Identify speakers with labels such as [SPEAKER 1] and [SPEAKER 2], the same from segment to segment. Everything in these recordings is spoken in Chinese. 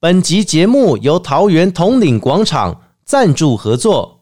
[SPEAKER 1] 本集节目由桃园统领广场赞助合作。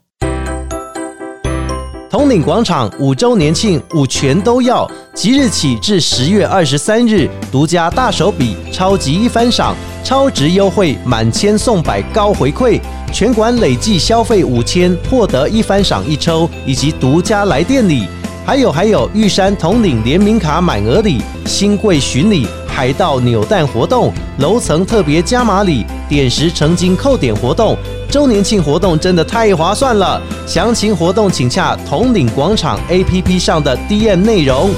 [SPEAKER 1] 统领广场五周年庆，五全都要！即日起至十月二十三日，独家大手笔超级一番赏，超值优惠，满千送百高回馈，全馆累计消费五千，获得一番赏一抽，以及独家来电礼。还有还有，玉山统领联名卡满额礼、新贵巡礼、海盗扭蛋活动、楼层特别加码礼、点石成金扣点活动。周年庆活动真的太划算了，详情活动请洽统领广场 APP 上的 DM 内容。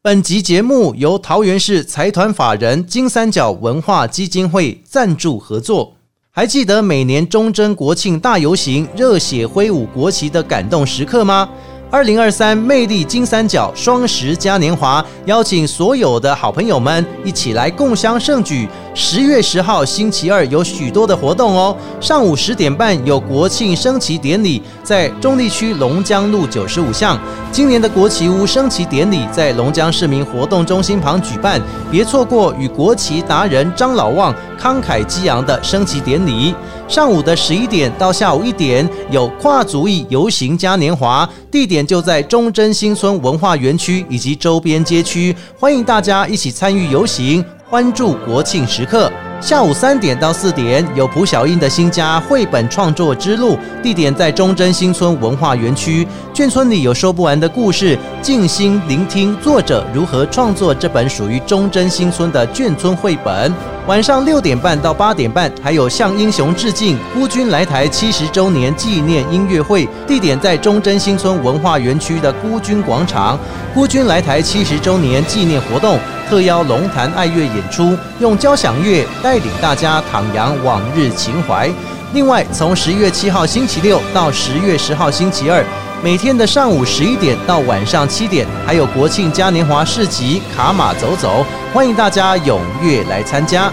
[SPEAKER 1] 本集节目由桃园市财团法人金三角文化基金会赞助合作。还记得每年忠贞国庆大游行热血挥舞国旗的感动时刻吗？二零二三魅力金三角双十嘉年华，邀请所有的好朋友们一起来共襄盛举。十月十号星期二有许多的活动哦，上午十点半有国庆升旗典礼，在中立区龙江路九十五巷。今年的国旗屋升旗典礼在龙江市民活动中心旁举办，别错过与国旗达人张老旺慷慨激昂的升旗典礼。上午的十一点到下午一点有跨族裔游行嘉年华，地点就在忠贞新村文化园区以及周边街区，欢迎大家一起参与游行，欢助国庆时刻。下午三点到四点有蒲小英的新家绘本创作之路，地点在忠贞新村文化园区。眷村里有说不完的故事，静心聆听作者如何创作这本属于忠贞新村的眷村绘本。晚上六点半到八点半还有向英雄致敬孤军来台七十周年纪念音乐会，地点在忠贞新村文化园区的孤军广场。孤军来台七十周年纪念活动特邀龙潭爱乐演出，用交响乐带领大家徜徉往日情怀。另外，从十月七号星期六到十月十号星期二，每天的上午十一点到晚上七点，还有国庆嘉年华市集卡马走走，欢迎大家踊跃来参加。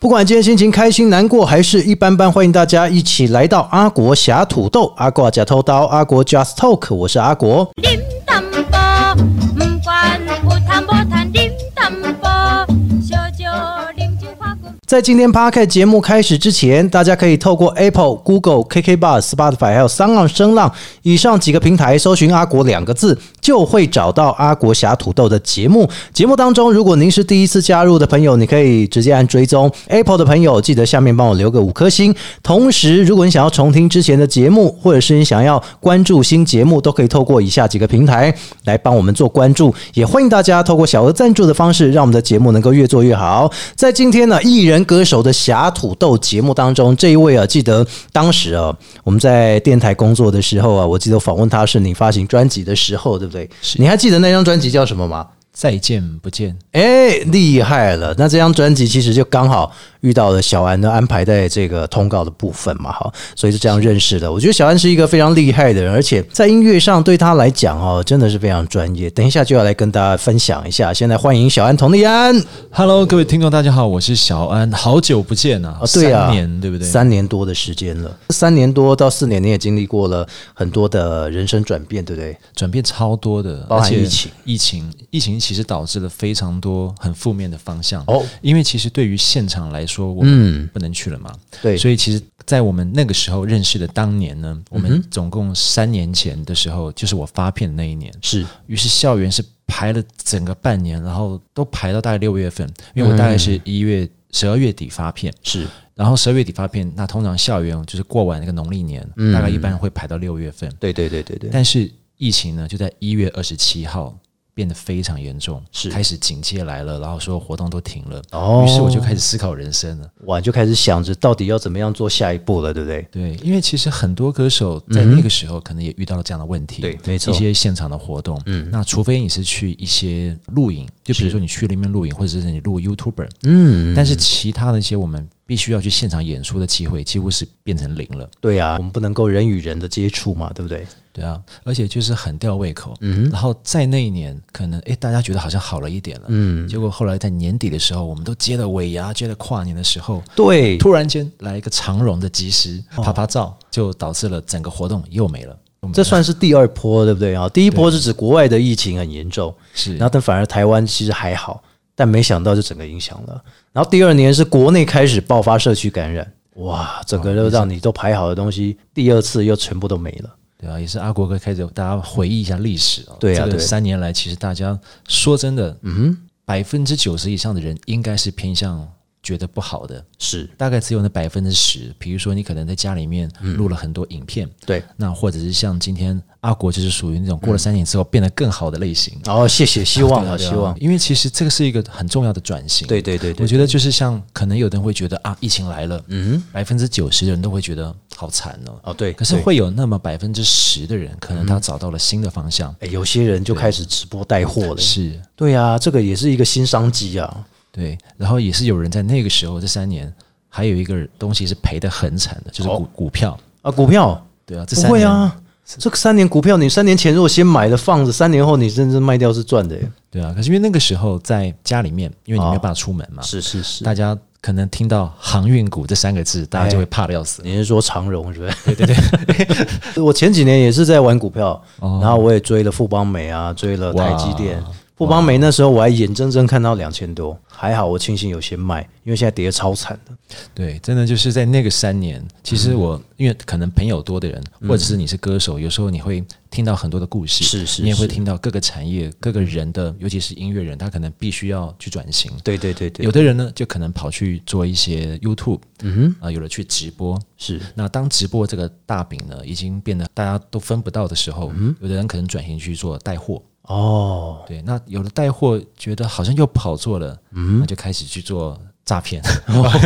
[SPEAKER 1] 不管今天心情开心、难过还是一般般，欢迎大家一起来到阿国侠土豆、阿国假偷刀、阿国 Just Talk，我是阿国。
[SPEAKER 2] điểm tâm bò mừng quan bù tham bò than điểm tâm bò cho cho điểm chữ khoa cùng
[SPEAKER 1] 在今天 p a r k 节目开始之前，大家可以透过 Apple、Google、KK Bar、Spotify 还有三浪声浪以上几个平台搜寻“阿国”两个字，就会找到阿国侠土豆的节目。节目当中，如果您是第一次加入的朋友，你可以直接按追踪。Apple 的朋友记得下面帮我留个五颗星。同时，如果你想要重听之前的节目，或者是你想要关注新节目，都可以透过以下几个平台来帮我们做关注。也欢迎大家透过小额赞助的方式，让我们的节目能够越做越好。在今天呢，艺人歌手的侠土豆节目当中，这一位啊，记得当时啊，我们在电台工作的时候啊，我记得访问他是你发行专辑的时候，对不对？你还记得那张专辑叫什么吗？
[SPEAKER 3] 再见不见，
[SPEAKER 1] 哎，厉害了！那这张专辑其实就刚好遇到了小安的安排在这个通告的部分嘛，哈，所以就这样认识的。我觉得小安是一个非常厉害的人，而且在音乐上对他来讲哦，真的是非常专业。等一下就要来跟大家分享一下。现在欢迎小安佟丽安，
[SPEAKER 3] Hello，各位听众，大家好，我是小安，好久不见啊，
[SPEAKER 1] 啊，对啊，
[SPEAKER 3] 三年对不对？
[SPEAKER 1] 三年多的时间了，三年多到四年，你也经历过了很多的人生转变，对不对？
[SPEAKER 3] 转变超多的，
[SPEAKER 1] 包含
[SPEAKER 3] 而且
[SPEAKER 1] 疫情，
[SPEAKER 3] 疫情，疫情其实导致了非常多很负面的方向。
[SPEAKER 1] 哦，
[SPEAKER 3] 因为其实对于现场来说，我
[SPEAKER 1] 嗯
[SPEAKER 3] 们不能去了嘛，
[SPEAKER 1] 对，嗯
[SPEAKER 3] 所以其实，在我们那个时候认识的当年呢，我们总共三年前的时候，就是我发片的那一年，
[SPEAKER 1] 是
[SPEAKER 3] 于是校园是排了整个半年，然后都排到大概六月份，因为
[SPEAKER 1] 嗯
[SPEAKER 3] 我大概是一月、十二月底发片。
[SPEAKER 1] 是，
[SPEAKER 3] 然后十二月底发片，那通常校园就是过完那个农历年，
[SPEAKER 1] 嗯
[SPEAKER 3] 大概一般会排到六月份。
[SPEAKER 1] 对对对对对，
[SPEAKER 3] 但是疫情呢，就在一月二十七号变得非常严重，
[SPEAKER 1] 是
[SPEAKER 3] 开始警戒来了，然后所有活动都停了。
[SPEAKER 1] 哦
[SPEAKER 3] 于是我就开始思考人生了。
[SPEAKER 1] 我就开始想着到底要怎么样做下一步了，对不对？
[SPEAKER 3] 对，因为其实很多歌手在那个时候可能也遇到了这样的问题，
[SPEAKER 1] 嗯对没错
[SPEAKER 3] 一些现场的活动，嗯，那除非你是去一些录影，就比如说你去里面录影，或者是你录 YouTuber，
[SPEAKER 1] 嗯，
[SPEAKER 3] 但是其他的一些我们必须要去现场演出的机会，几乎是变成零了。
[SPEAKER 1] 对啊，我们不能够人与人的接触嘛，对不对？
[SPEAKER 3] 对啊，而且就是很吊胃口。
[SPEAKER 1] 嗯
[SPEAKER 3] 然后在那一年，可能诶大家觉得好像好了一点了。
[SPEAKER 1] 嗯，
[SPEAKER 3] 结果后来在年底的时候，我们都接了尾牙，接了跨年的时候，
[SPEAKER 1] 对，
[SPEAKER 3] 突然间来一个长荣的及时啪啪照，就导致了整个活动又没了。我们
[SPEAKER 1] 哦这算是第二波，对不对啊？第一波是指国外的疫情很严重，
[SPEAKER 3] 是
[SPEAKER 1] 然后但反而台湾其实还好，但没想到就整个影响了。然后第二年是国内开始爆发社区感染，哇，整个都让你都排好的东西，第二次又全部都没了。
[SPEAKER 3] 对啊，也是阿国哥开始大家回忆一下历史啊。
[SPEAKER 1] 对啊
[SPEAKER 3] 这个
[SPEAKER 1] 对
[SPEAKER 3] 三年来，其实大家说真的，嗯，百分之九十以上的人应该是偏向觉得不好的，
[SPEAKER 1] 是
[SPEAKER 3] 大概只有那百分之十。比如说，你可能在家里面
[SPEAKER 1] 嗯
[SPEAKER 3] 录了很多影片，
[SPEAKER 1] 对，
[SPEAKER 3] 那或者是像今天阿国就是属于那种过了三年之后变得更好的类型。
[SPEAKER 1] 然后谢谢，嗯希望
[SPEAKER 3] 对
[SPEAKER 1] 啊，
[SPEAKER 3] 对
[SPEAKER 1] 希望，
[SPEAKER 3] 因为其实这个是一个很重要的转型。
[SPEAKER 1] 对对对
[SPEAKER 3] 我
[SPEAKER 1] 对，
[SPEAKER 3] 觉得就是像，可能有的人会觉得啊，疫情来了，嗯，百分之九十的人都会觉得好惨哦。
[SPEAKER 1] 哦对，
[SPEAKER 3] 可是
[SPEAKER 1] 对。嗯
[SPEAKER 3] 会有那么百分之十的人，可能他找到了新的方向，
[SPEAKER 1] 哎有些人就开始直播带货了，
[SPEAKER 3] 是
[SPEAKER 1] 对啊，这个也是一个新商机啊。
[SPEAKER 3] 对。然后也是有人在那个时候，这三年还有一个东西是赔的很惨的，就是股、股票。
[SPEAKER 1] 啊，股票
[SPEAKER 3] 对啊，这
[SPEAKER 1] 不
[SPEAKER 3] 三
[SPEAKER 1] 会
[SPEAKER 3] 年，
[SPEAKER 1] 啊，这个三年股票，你三年前如果先买了放着，三年后你真正卖掉是赚的耶。
[SPEAKER 3] 对啊。可是因为那个时候在家里面，因为你没有
[SPEAKER 1] 哦
[SPEAKER 3] 办法出门嘛，
[SPEAKER 1] 是是是，
[SPEAKER 3] 大家可能听到航运股这三个字，大家就会怕的要死。
[SPEAKER 1] 你是说长荣是不是？对对对， 我前几年也是在玩股票，
[SPEAKER 3] 哦
[SPEAKER 1] 然后我也追了富邦美啊，追了台积电
[SPEAKER 3] 哇。
[SPEAKER 1] 富邦美那时候我还眼睁睁看到两千多，还好我庆幸有先卖，因为现在跌得超惨的。
[SPEAKER 3] 对，真的就是在那个三年，其实我、
[SPEAKER 1] 嗯
[SPEAKER 3] 因为可能朋友多的人，或者是你是歌手，有时候你会听到很多的故事，
[SPEAKER 1] 是是
[SPEAKER 3] 你也会
[SPEAKER 1] 是
[SPEAKER 3] 听到各个产业、各个人的，尤其是音乐人，他可能必须要去转型。
[SPEAKER 1] 对对对对，
[SPEAKER 3] 有的人呢，就可能跑去做一些 YouTube，嗯啊、有的去直播。
[SPEAKER 1] 是
[SPEAKER 3] 那当直播这个大饼呢，已经变得大家都分不到的时候，
[SPEAKER 1] 嗯
[SPEAKER 3] 有的人可能转型去做带货，
[SPEAKER 1] 哦，
[SPEAKER 3] 对，那有的带货觉得好像又不好做了，
[SPEAKER 1] 嗯
[SPEAKER 3] 那就开始去做诈骗，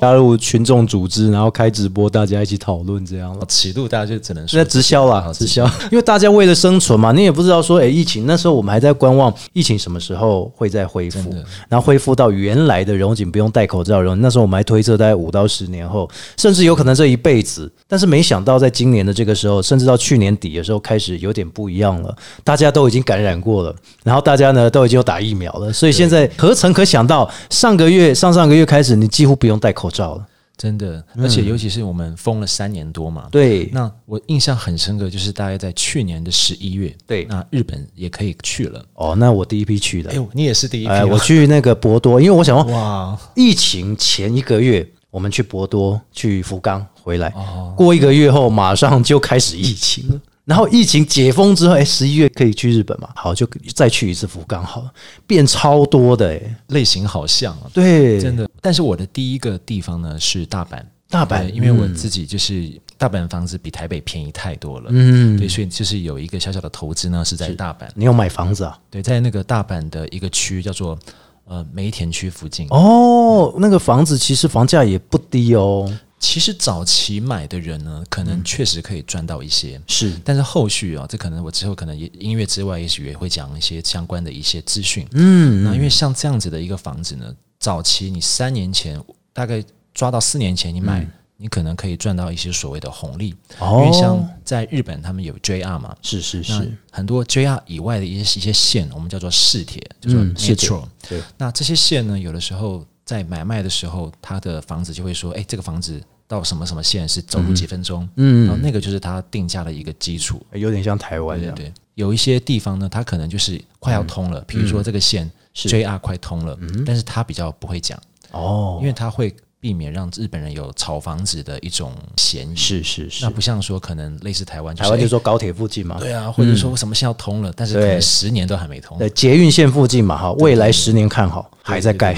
[SPEAKER 1] 加入群众组织，然后开直播，大家一起讨论这样了。
[SPEAKER 3] 尺度大家就只能说
[SPEAKER 1] 是在直销啦，
[SPEAKER 3] 好
[SPEAKER 1] 直销，因为大家为了生存嘛，你也不知道说，诶，疫情那时候我们还在观望疫情什么时候会再恢复
[SPEAKER 3] 真的，
[SPEAKER 1] 然后恢复到原来的容景不用戴口罩容，那时候我们还推测大概五到十年后，甚至有可能这一辈子，但是没想到在今年的这个时候，甚至到去年底的时候开始有点不一样了，大家都已经感染过了，然后大家呢都已经有打疫苗了，所以现在何曾可想到，上个月、上上个月开始，你几乎不用戴口罩了，
[SPEAKER 3] 真的，而且尤其是我们封了三年多嘛。
[SPEAKER 1] 嗯对，
[SPEAKER 3] 那我印象很深刻，就是大概在去年的十一月，
[SPEAKER 1] 对
[SPEAKER 3] 那日本也可以去了。
[SPEAKER 1] 哦，那我第一批去的
[SPEAKER 3] 哎。呦，你也是第一批、
[SPEAKER 1] 哎，
[SPEAKER 3] 哦，
[SPEAKER 1] 我去哦那个博多，因为我想说，
[SPEAKER 3] 哇，
[SPEAKER 1] 疫情前一个月，我们去博多、去福冈回来，
[SPEAKER 3] 哦，
[SPEAKER 1] 过一个月后马上就开始疫情了。然后疫情解封之后，哎，十一月可以去日本嘛？好，就再去一次福冈好了，变超多的哎。
[SPEAKER 3] 类型好像啊，
[SPEAKER 1] 对，
[SPEAKER 3] 真的。但是我的第一个地方呢是大阪，
[SPEAKER 1] 大阪嗯
[SPEAKER 3] 对因为我自己就是大阪房子比台北便宜太多了，
[SPEAKER 1] 嗯，
[SPEAKER 3] 对，所以就是有一个小小的投资呢是在大阪，
[SPEAKER 1] 你有买房子啊？
[SPEAKER 3] 对，在那个大阪的一个区叫做呃梅田区附近。
[SPEAKER 1] 哦，那个房子其实房价也不低哦。
[SPEAKER 3] 其实早期买的人呢，可
[SPEAKER 1] 嗯
[SPEAKER 3] 能确实可以赚到一些，
[SPEAKER 1] 是
[SPEAKER 3] 但是后续啊，这可能我之后可能也音乐之外，也许也会讲一些相关的一些资讯。
[SPEAKER 1] 嗯，
[SPEAKER 3] 那因为像这样子的一个房子呢，早期你三年前大概抓到四年前你买，你可能可以赚到一些所谓的红利，
[SPEAKER 1] 嗯哦
[SPEAKER 3] 因为像在日本他们有 JR 嘛。
[SPEAKER 1] 是是
[SPEAKER 3] 那
[SPEAKER 1] 是，
[SPEAKER 3] 很多 JR 以外的一些一些线，我们叫做市铁，就是
[SPEAKER 1] 嗯市铁
[SPEAKER 3] metro、
[SPEAKER 1] 对，
[SPEAKER 3] 那这些线呢，有的时候在买卖的时候，他的房子就会说，哎、这个房子到什么什么线是走路几分钟，嗯，然后那个就是他定价的一个基础。
[SPEAKER 1] 有点像台湾这
[SPEAKER 3] 对
[SPEAKER 1] 样。
[SPEAKER 3] 对，有一些地方呢，它可能就是快要通
[SPEAKER 1] 嗯
[SPEAKER 3] 了，比如说这个线 JR 快通了，但是它比较不会讲，
[SPEAKER 1] 哦
[SPEAKER 3] 因，为它会避免让日本人有炒房子的一种嫌疑。
[SPEAKER 1] 是是是
[SPEAKER 3] 那，不像说可能类似台湾，
[SPEAKER 1] 台湾
[SPEAKER 3] 是
[SPEAKER 1] 就
[SPEAKER 3] 哎
[SPEAKER 1] 说高铁附近嘛，
[SPEAKER 3] 对啊，或者说什么线要通了，但是可
[SPEAKER 1] 嗯对
[SPEAKER 3] 能十年都还没通。
[SPEAKER 1] 对，呃捷运线附近嘛，哈，未来十年看好，还在盖。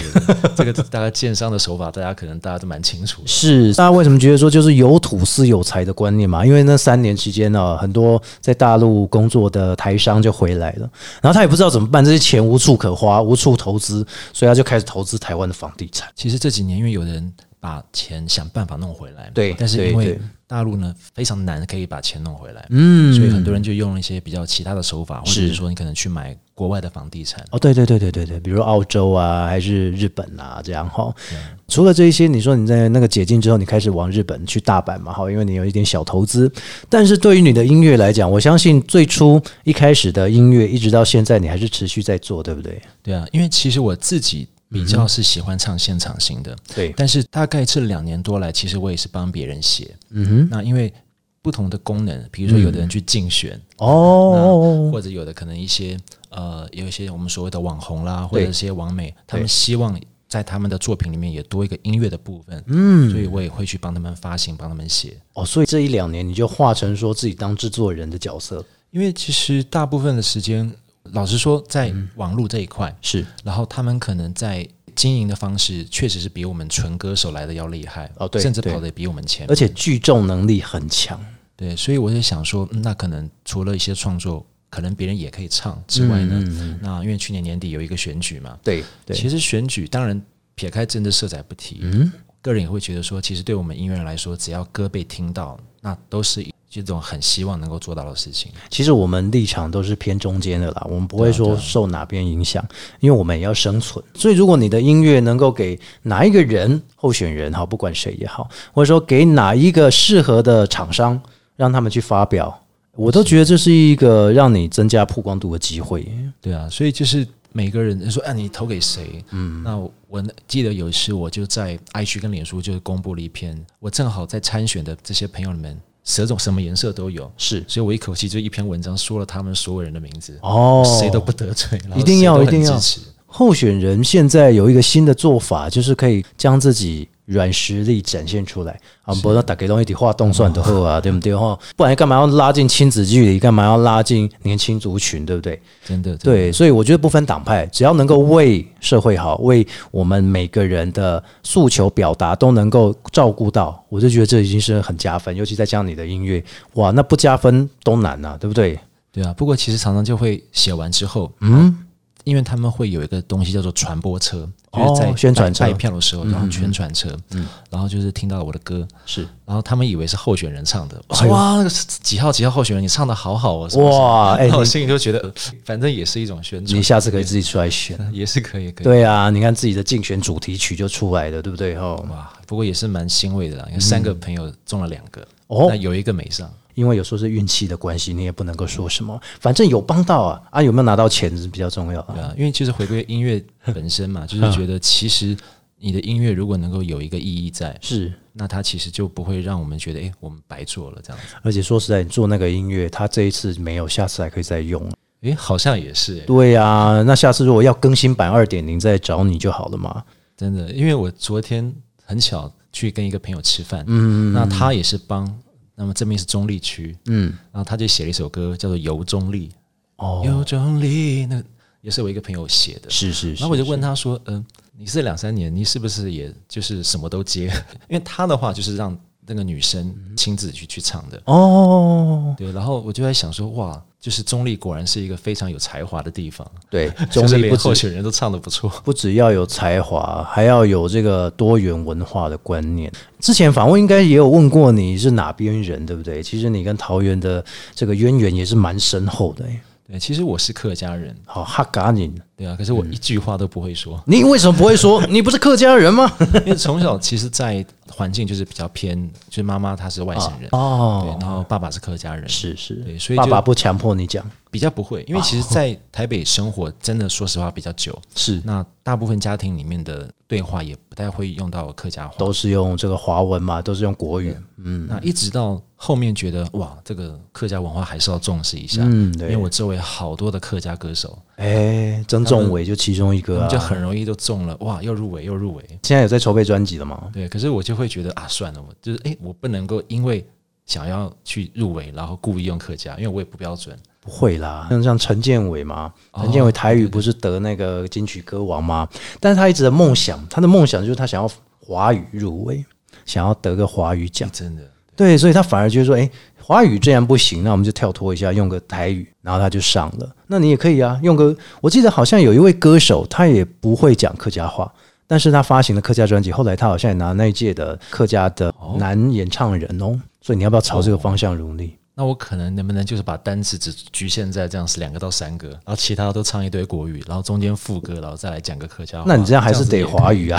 [SPEAKER 3] 这个大概建商的手法，大家可能大家都蛮清 楚 的。
[SPEAKER 1] 是，大家为什么觉得说就是有土司有财的观念嘛？因为那三年期间呢、很多在大陆工作的台商就回来了，然后他也不知道怎么办，这些钱无处可花，无处投资，所以他就开始投资台湾的房地产。
[SPEAKER 3] 其实这几年因为有人把钱想办法弄回来，
[SPEAKER 1] 对
[SPEAKER 3] 但是因
[SPEAKER 1] 对
[SPEAKER 3] 为
[SPEAKER 1] 对
[SPEAKER 3] 大陆呢非常难可以把钱弄回来，嗯，所以很多人就用了一些比较其他的手法，或者
[SPEAKER 1] 是
[SPEAKER 3] 是说你可能去买国外的房地产，
[SPEAKER 1] 哦，对对对对对对，比如澳洲啊，还是日本啊，这样哈。除了这一些，你说你在那个解禁之后，你开始往日本去大阪嘛，哈，因为你有一点小投资。但是对于你的音乐来讲，我相信最初一开始的音乐，一直到现在，你还是持续在做，对不对？
[SPEAKER 3] 对啊，因为其实我自己比较是喜欢唱现场型的，
[SPEAKER 1] 对
[SPEAKER 3] 但是大概这两年多来，其实我也是帮别人写，
[SPEAKER 1] 嗯哼，嗯
[SPEAKER 3] 那因为。不同的功能，比如说有的人去竞选，
[SPEAKER 1] 哦，
[SPEAKER 3] 或者有的可能一些呃，有一些我们所谓的网红啦，或
[SPEAKER 1] 对
[SPEAKER 3] 者一些网美，他们
[SPEAKER 1] 对
[SPEAKER 3] 希望在他们的作品里面也多一个音乐的部分，嗯，所以我也会去帮他们发行，帮他们写。
[SPEAKER 1] 哦，所以这一两年你就化成说自己当制作人的角色，
[SPEAKER 3] 因为其实大部分的时间，老实说，在网络这一块，
[SPEAKER 1] 是
[SPEAKER 3] 然后他们可能在经营的方式确实是比我们纯歌手来的要厉害
[SPEAKER 1] 哦对
[SPEAKER 3] 甚至
[SPEAKER 1] 对
[SPEAKER 3] 跑得也比我们前
[SPEAKER 1] 而且聚众能力很强。
[SPEAKER 3] 对，所以我就想说，嗯那可能除了一些创作，可能别人也可以唱之外呢，那因为去年年底有一个选举嘛，
[SPEAKER 1] 嗯对对，
[SPEAKER 3] 其实选举当然撇开政治色彩不提，嗯，个人也会觉得说，其实对我们音乐人来说，只要歌被听到，那都是一一种很希望能够做到的事情。
[SPEAKER 1] 其实我们立场都是偏中间的啦，我们不会说受哪边影响，因为我们也要生存。所以，如果你的音乐能够给哪一个人候选人好，不管谁也好，或者说给哪一个适合的厂商，让他们去发表，我都觉得这是一个让你增加曝光度的机会。
[SPEAKER 3] 对啊，所以就是每个人就说，啊，你投给谁？嗯，那我我记得有一次，我就在 IG 跟脸书就是公布了一篇，我正好在参选的这些朋友里面，十种什么颜色都有，
[SPEAKER 1] 是
[SPEAKER 3] 所以我一口气就一篇文章说了他们所有人的名字，
[SPEAKER 1] 哦，
[SPEAKER 3] 谁都不得罪，然后
[SPEAKER 1] 一定要
[SPEAKER 3] 谁都很
[SPEAKER 1] 一定要
[SPEAKER 3] 支持
[SPEAKER 1] 候选人现在有一个新的做法，就是可以将自己软实力展现出来啊，不要打给东西画动算的后啊，对不对哈？不然干嘛要拉近亲子距离？干嘛要拉近年轻族群？对不对？
[SPEAKER 3] 真的，真的
[SPEAKER 1] 对，所以我觉得不分党派，只要能够为社会好，为我们每个人的诉求表达都能够照顾到，我就觉得这已经是很加分。尤其再加上你的音乐，哇，那不加分都难啊，对不对？
[SPEAKER 3] 对啊。不过其实常常就会写完之后，嗯，因为他们会有一个东西叫做传播车，就
[SPEAKER 1] 哦
[SPEAKER 3] 是在
[SPEAKER 1] 宣传车嗯
[SPEAKER 3] 卖票的时候，然后宣传车，然后就是听到了我的歌，
[SPEAKER 1] 是
[SPEAKER 3] 然后他们以为是候选人唱的，我
[SPEAKER 1] 哎
[SPEAKER 3] 说
[SPEAKER 1] 呦
[SPEAKER 3] 哇，那个几号几号候选人，你唱的好好哦，什么什么
[SPEAKER 1] 哇， 哎、
[SPEAKER 3] 然后我
[SPEAKER 1] 你
[SPEAKER 3] 心里就觉得，呃反正也是一种宣传，
[SPEAKER 1] 你下次可以自己出来选。
[SPEAKER 3] 也是可以，可以，
[SPEAKER 1] 对啊，你看自己的竞选主题曲就出来了，对不对？哈，
[SPEAKER 3] 哇，不过也是蛮欣慰的啦，有三个朋友中了两个，
[SPEAKER 1] 哦
[SPEAKER 3] 那有一个没上，
[SPEAKER 1] 因为有时候是运气的关系，你也不能够说什么，反正有帮到啊，啊有没有拿到钱是比较重要啊。
[SPEAKER 3] 对啊，因为其实回归音乐本身嘛，
[SPEAKER 1] 嗯
[SPEAKER 3] 就是觉得其实你的音乐如果能够有一个意义在，
[SPEAKER 1] 是，
[SPEAKER 3] 那它其实就不会让我们觉得，哎、我们白做了这样子，
[SPEAKER 1] 而且说实在，你做那个音乐，它这一次没有，下次还可以再用。
[SPEAKER 3] 哎、好像也是、诶
[SPEAKER 1] 对啊，那下次如果要更新版二点零再找你就好了嘛。
[SPEAKER 3] 真的，因为我昨天很巧去跟一个朋友吃饭，嗯，那他也是帮，那么这边是中立区，嗯，然后他就写了一首歌叫做《游中立》，
[SPEAKER 1] 哦，
[SPEAKER 3] 游中立，那也是我一个朋友写的，
[SPEAKER 1] 是是是，
[SPEAKER 3] 然后我就问他说：“嗯、你这两三年，你是不是也就是什么都接？ 因为他的话就是让那个女生亲自去去唱的。
[SPEAKER 1] 哦，
[SPEAKER 3] 对，然后我就在想说，哇，就是中立果然是一个非常有才华的地方，
[SPEAKER 1] 对，
[SPEAKER 3] 就
[SPEAKER 1] 中
[SPEAKER 3] 是
[SPEAKER 1] 立
[SPEAKER 3] 连
[SPEAKER 1] 不
[SPEAKER 3] 候
[SPEAKER 1] 止
[SPEAKER 3] 选人都唱的不错。
[SPEAKER 1] 不只要有才华，还要有这个多元文化的观念。之前访问应该也有问过你是哪边人，对不对？其实你跟桃园的这个渊源也是蛮深厚的、欸。
[SPEAKER 3] 对，其实我是客家人，
[SPEAKER 1] 好，哈嘎你，，
[SPEAKER 3] 对啊，可是我一句话都不会说
[SPEAKER 1] 你为什么不会说你不是客家人吗？
[SPEAKER 3] 因为从小其实，在环境就是比较偏，就是妈妈她是外省人，对，
[SPEAKER 1] 哦，
[SPEAKER 3] 然后爸爸啊是客家人，
[SPEAKER 1] 是是
[SPEAKER 3] 对，，所以
[SPEAKER 1] 爸
[SPEAKER 3] 就
[SPEAKER 1] 爸不强迫你讲，
[SPEAKER 3] 比较不会，因为其实，在台北生活真的说实话比较久，
[SPEAKER 1] 是
[SPEAKER 3] 那大部分家庭里面的对话也不太会用到客家话，
[SPEAKER 1] 都是用这个华文嘛，都是用国语。
[SPEAKER 3] 那一直到后面觉得哇，这个客家文化还是要重视一下，
[SPEAKER 1] 嗯，
[SPEAKER 3] 因
[SPEAKER 1] 对
[SPEAKER 3] 为，我周围好多的客家歌手，
[SPEAKER 1] 哎，曾仲伟就其中一
[SPEAKER 3] 他
[SPEAKER 1] 个
[SPEAKER 3] 们
[SPEAKER 1] 啊
[SPEAKER 3] 就。很容易就中了，哇，又入围又入围，
[SPEAKER 1] 现在有在筹备专辑了吗？
[SPEAKER 3] 对，可是我就会觉得啊，算了，我就是哎、我不能够因为想要去入围，然后故意用客家，因为我也不标准，
[SPEAKER 1] 不会啦，像像陈建伟嘛，
[SPEAKER 3] 哦
[SPEAKER 1] 陈建伟台语不是得那个金曲歌王吗？但是他一直的梦想，他的梦想就是他想要华语入围，想要得个华语奖。
[SPEAKER 3] 真的，
[SPEAKER 1] 对，所以他反而觉得说，哎，华语既然不行，那我们就跳脱一下，用个台语，然后他就上了。那你也可以啊，用个我记得好像有一位歌手，他也不会讲客家话。但是他发行了客家专辑，后来他好像也拿那一届的客家的男演唱人哦，所以你要不要朝这个方向努力？
[SPEAKER 3] 那我可能能不能就是把单词只局限在这样是两个到三个，然后其他都唱一堆国语，然后中间副歌，然后再来讲个客家话，
[SPEAKER 1] 那你这样还是
[SPEAKER 3] 子哦
[SPEAKER 1] 得
[SPEAKER 3] 也
[SPEAKER 1] 华语 啊，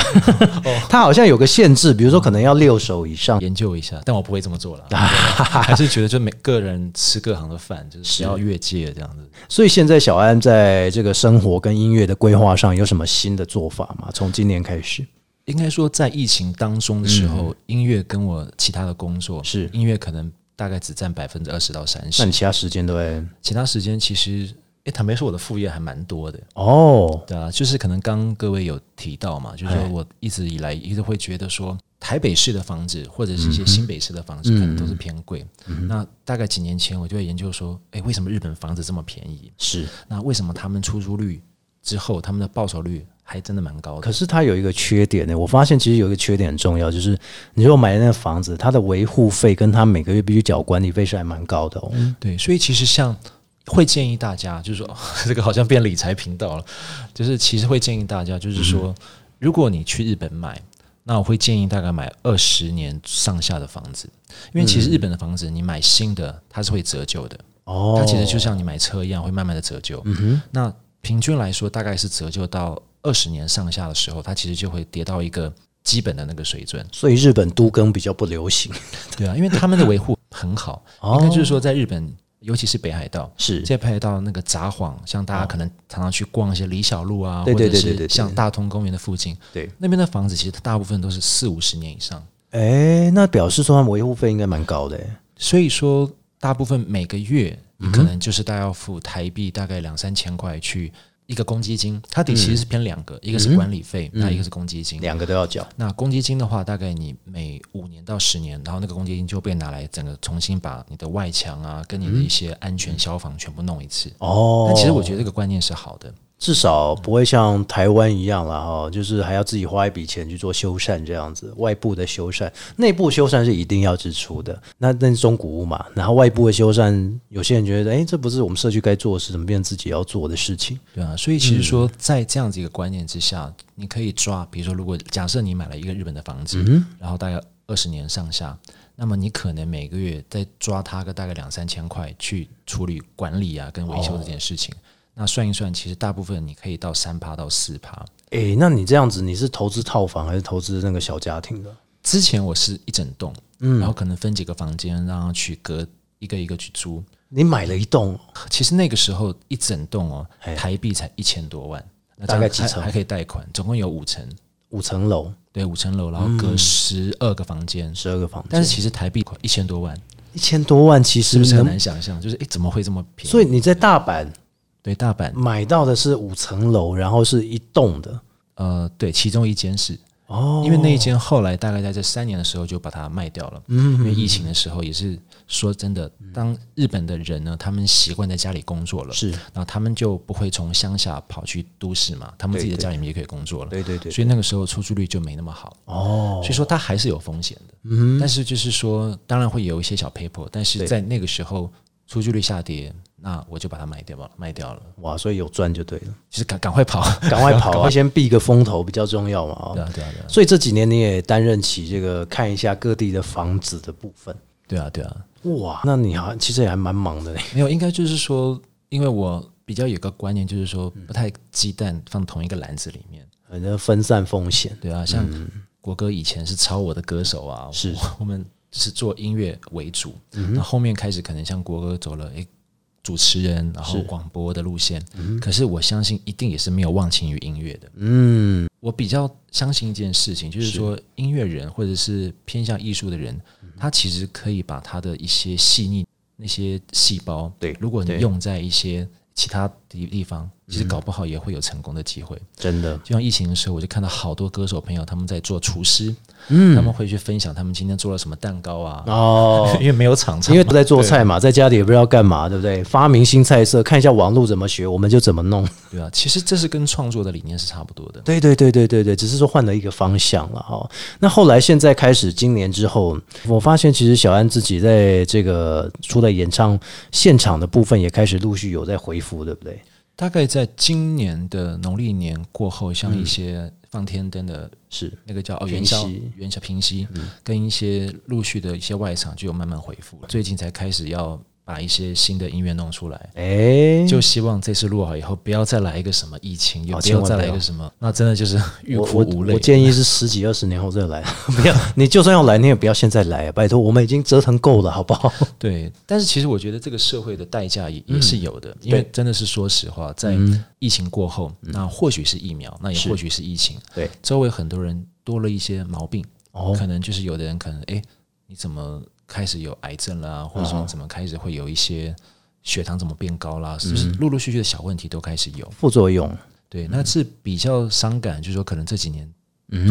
[SPEAKER 1] 它好像有个限制，比如说可能要六首以上。
[SPEAKER 3] 研究一下，但我不会这么 做了，还是觉得就每个人吃各行的饭，就是不要越界这样子。
[SPEAKER 1] 所以现在小安在这个生活跟音乐的规划上有什么新的做法吗？从今年开始，
[SPEAKER 3] 应该说，在疫情当中的时候，音乐跟我其他的工作
[SPEAKER 1] 嗯是
[SPEAKER 3] 音乐可能大概只占百分之二十到三
[SPEAKER 1] 那
[SPEAKER 3] 十
[SPEAKER 1] 你，其他时间对不对？
[SPEAKER 3] 其他时间其实，诶，坦白说，我的副业还蛮多的。
[SPEAKER 1] 哦，
[SPEAKER 3] 对啊，就是可能刚各位有提到嘛，就是
[SPEAKER 1] 哎
[SPEAKER 3] 说我一直以来一直会觉得说，台北市的房子或者是一些新北市的房子可能都是偏贵。那大概几年前我就会研究说，哎，为什么日本房子这么便宜？
[SPEAKER 1] 是，
[SPEAKER 3] 那为什么他们出租率之后，他们的报酬率还真的蛮高的
[SPEAKER 1] 可？是它有一个缺点呢、我发现其实有一个缺点很重要，就是你如果买的那个房子，它的维护费跟它每个月必须缴管理费是还蛮高的哦。
[SPEAKER 3] 对，所以其实像会建议大家，就是说 这个好像变理财频道了，就是其实会建议大家，就是说，如果你去日本买，那我会建议大概买二十年上下的房子，因为其实日本的房子你买新的它是会折旧的，
[SPEAKER 1] 哦，
[SPEAKER 3] 它其实就像你买车一样会慢慢的折旧。那平均来说大概是折旧到二十年上下的时候，它其实就会跌到一个基本的那个水准。
[SPEAKER 1] 所以日本都更比较不流行，
[SPEAKER 3] 对啊，因为他们的维护很好，应该就是说在日本，尤其是北海道。
[SPEAKER 1] 是
[SPEAKER 3] 现在拍到那个札幌，像大家可能常常去逛一些里小路啊，
[SPEAKER 1] 哦对对对对
[SPEAKER 3] 或
[SPEAKER 1] 对
[SPEAKER 3] 者
[SPEAKER 1] 对
[SPEAKER 3] 是像大通公园的附近，
[SPEAKER 1] 对。
[SPEAKER 3] 那边的房子其实大部分都是四五十年以上，
[SPEAKER 1] 哎，那表示说它维护费应该蛮高的耶。
[SPEAKER 3] 所以说大部分每个月你
[SPEAKER 1] 嗯
[SPEAKER 3] 可能就是大概要付台币大概两三千块去一个公积金，它底
[SPEAKER 1] 嗯
[SPEAKER 3] 其实是偏两个，一个是管理费，那一个是公积金。
[SPEAKER 1] 两个都要缴。
[SPEAKER 3] 那公积金的话，大概你每五年到十年，然后那个公积金就被拿来整个重新把你的外墙啊，跟你的一些安全消防全部弄一次。
[SPEAKER 1] 嗯哦，
[SPEAKER 3] 但其实我觉得这个观念是好的，
[SPEAKER 1] 至少不会像台湾一样了哈、就是还要自己花一笔钱去做修缮这样子，外部的修缮，内部修缮是一定要支出的。那那是中古屋嘛，然后外部的修缮，有些人觉得，哎、这不是我们社区该做的事，怎么变成自己要做的事情？
[SPEAKER 3] 对啊。所以其实
[SPEAKER 1] 嗯
[SPEAKER 3] 说，在这样子一个观念之下，你可以抓，比如说，如果假设你买了一个日本的房
[SPEAKER 1] 嗯
[SPEAKER 3] 子，然后大概二十年上下，那么你可能每个月再抓它个大概两三千块去处理管理啊跟维修这件事
[SPEAKER 1] 哦
[SPEAKER 3] 情。那算一算，其实大部分你可以到三趴到四趴。
[SPEAKER 1] 哎、那你这样子，你是投资套房还是投资那个小家庭的？
[SPEAKER 3] 之前我是一整栋，
[SPEAKER 1] 嗯
[SPEAKER 3] 然后可能分几个房间，让他去隔一个一个去租。
[SPEAKER 1] 你买了一栋，
[SPEAKER 3] 其实那个时候一整栋哦
[SPEAKER 1] 嘿，
[SPEAKER 3] 台币才一千多万，那
[SPEAKER 1] 大概
[SPEAKER 3] 这样
[SPEAKER 1] 几层
[SPEAKER 3] 还还可以贷款，总共有五层，
[SPEAKER 1] 五层楼，
[SPEAKER 3] 对，五层楼，然
[SPEAKER 1] 嗯
[SPEAKER 3] 后隔十二个房间。
[SPEAKER 1] 十二个房
[SPEAKER 3] 但
[SPEAKER 1] 间，
[SPEAKER 3] 是其实台币一千多万，
[SPEAKER 1] 一千多万，其实
[SPEAKER 3] 是不是很
[SPEAKER 1] 能
[SPEAKER 3] 难想象？就是诶，怎么会这么便宜？
[SPEAKER 1] 所以嗯你在大阪
[SPEAKER 3] 对大阪，
[SPEAKER 1] 买到的是五层楼，然后是一栋的
[SPEAKER 3] 呃，对，其中一间是，
[SPEAKER 1] 哦，
[SPEAKER 3] 因为那一间后来大概在这三年的时候就把它卖掉了，
[SPEAKER 1] 嗯
[SPEAKER 3] 因为疫情的时候也是说真的，当日本的人呢，他们习惯在家里工作了，
[SPEAKER 1] 是
[SPEAKER 3] 然后他们就不会从乡下跑去都市嘛，他们自己的家里面也可以工作了，
[SPEAKER 1] 对对对
[SPEAKER 3] 所以那个时候出租率就没那么好，
[SPEAKER 1] 哦，
[SPEAKER 3] 所以说它还是有风险的，嗯，但是就是说，当然会有一些小 paper，但是在那个时候出租率下跌，那我就把它卖掉吧，卖掉了，
[SPEAKER 1] 哇，所以有赚就对 了。
[SPEAKER 3] 就是赶赶快 跑，
[SPEAKER 1] 赶快跑啊，先避个风头比较重要嘛啊、
[SPEAKER 3] 对啊对啊对啊
[SPEAKER 1] 所以这几年你也担任起这个看一下各地的房子的部分，
[SPEAKER 3] 对啊对啊，
[SPEAKER 1] 哇，那你还其实也还蛮忙的嘞。
[SPEAKER 3] 没有，应该就是说，因为我比较有个观念，就是说不太鸡蛋放同一个篮子里面，
[SPEAKER 1] 反正分散风险，
[SPEAKER 3] 对啊，像国歌以前是抄我的歌手啊，
[SPEAKER 1] 嗯是嗯
[SPEAKER 3] 我 我们是做音乐为主，那后面开始可能像国歌走了，诶，主持人，然后广播的路线，可是我相信一定也是没有忘情于音乐的。
[SPEAKER 1] 嗯，
[SPEAKER 3] 我比较相信一件事情，就是说音乐人或者是偏向艺术的人，
[SPEAKER 1] 嗯
[SPEAKER 3] 他其实可以把他的一些细腻那些细胞，
[SPEAKER 1] 对
[SPEAKER 3] 如果
[SPEAKER 1] 对嗯
[SPEAKER 3] 你用在一些其他地地方，其实搞不好也会有成功的机会。
[SPEAKER 1] 真的，
[SPEAKER 3] 就像疫情的时候，我就看到好多歌手朋友他们在做厨师，嗯，他们会去分享他们今天做了什么蛋糕啊，
[SPEAKER 1] 哦
[SPEAKER 3] 因为没有厂商
[SPEAKER 1] 因
[SPEAKER 3] 嘛，
[SPEAKER 1] 为不在做菜嘛，在家里也不知道干嘛，对不对？发明新菜色，看一下网络怎么学，我们就怎么弄。
[SPEAKER 3] 对啊，其实这是跟创作的理念是差不多的。
[SPEAKER 1] 对对对对对对，只是说换了一个方向了哈、哦那后来现在开始，今年之后，我发现其实小安自己在这个除了演唱现场的部分，也开始陆续有在回复，对不对？
[SPEAKER 3] 大概在今年的农历年过后，像一些放天灯的
[SPEAKER 1] 是
[SPEAKER 3] 那个叫哦
[SPEAKER 1] 平
[SPEAKER 3] 元宵
[SPEAKER 1] 息嗯
[SPEAKER 3] 元宵平息，跟一些陆续的一些外场就有慢慢恢复，最近才开始要把一些新的音乐弄出来。
[SPEAKER 1] 哎，
[SPEAKER 3] 就希望这次录好以后，不要再来一个什么疫情，也
[SPEAKER 1] 哦
[SPEAKER 3] 不
[SPEAKER 1] 千
[SPEAKER 3] 要
[SPEAKER 1] 万不
[SPEAKER 3] 再
[SPEAKER 1] 要
[SPEAKER 3] 来一个什么，那真的就是 欲
[SPEAKER 1] 我
[SPEAKER 3] 哭
[SPEAKER 1] 我
[SPEAKER 3] 无
[SPEAKER 1] 我
[SPEAKER 3] 泪。
[SPEAKER 1] 建议是十几二十年后再来， 不要你就算要来，你也不要现在来，啊拜托，我们已经折腾够了，好不好？
[SPEAKER 3] 对，但是其实我觉得这个社会的代价
[SPEAKER 1] 嗯
[SPEAKER 3] 也也是有的，因为真的是说实话，在疫情过后，那或许是疫苗，那也或许是疫情，
[SPEAKER 1] 嗯对，
[SPEAKER 3] 周围很多人多了一些毛病，
[SPEAKER 1] 哦
[SPEAKER 3] 可能就是有的人可能哎，诶你怎么开始有癌症啦，或
[SPEAKER 1] 哦
[SPEAKER 3] 者说怎么开始会有一些血糖怎么变高啦，是不
[SPEAKER 1] 嗯
[SPEAKER 3] 是陆陆续续的小问题都开始有？
[SPEAKER 1] 副作用，
[SPEAKER 3] 对，
[SPEAKER 1] 嗯
[SPEAKER 3] 那是比较伤感，就是说可能这几年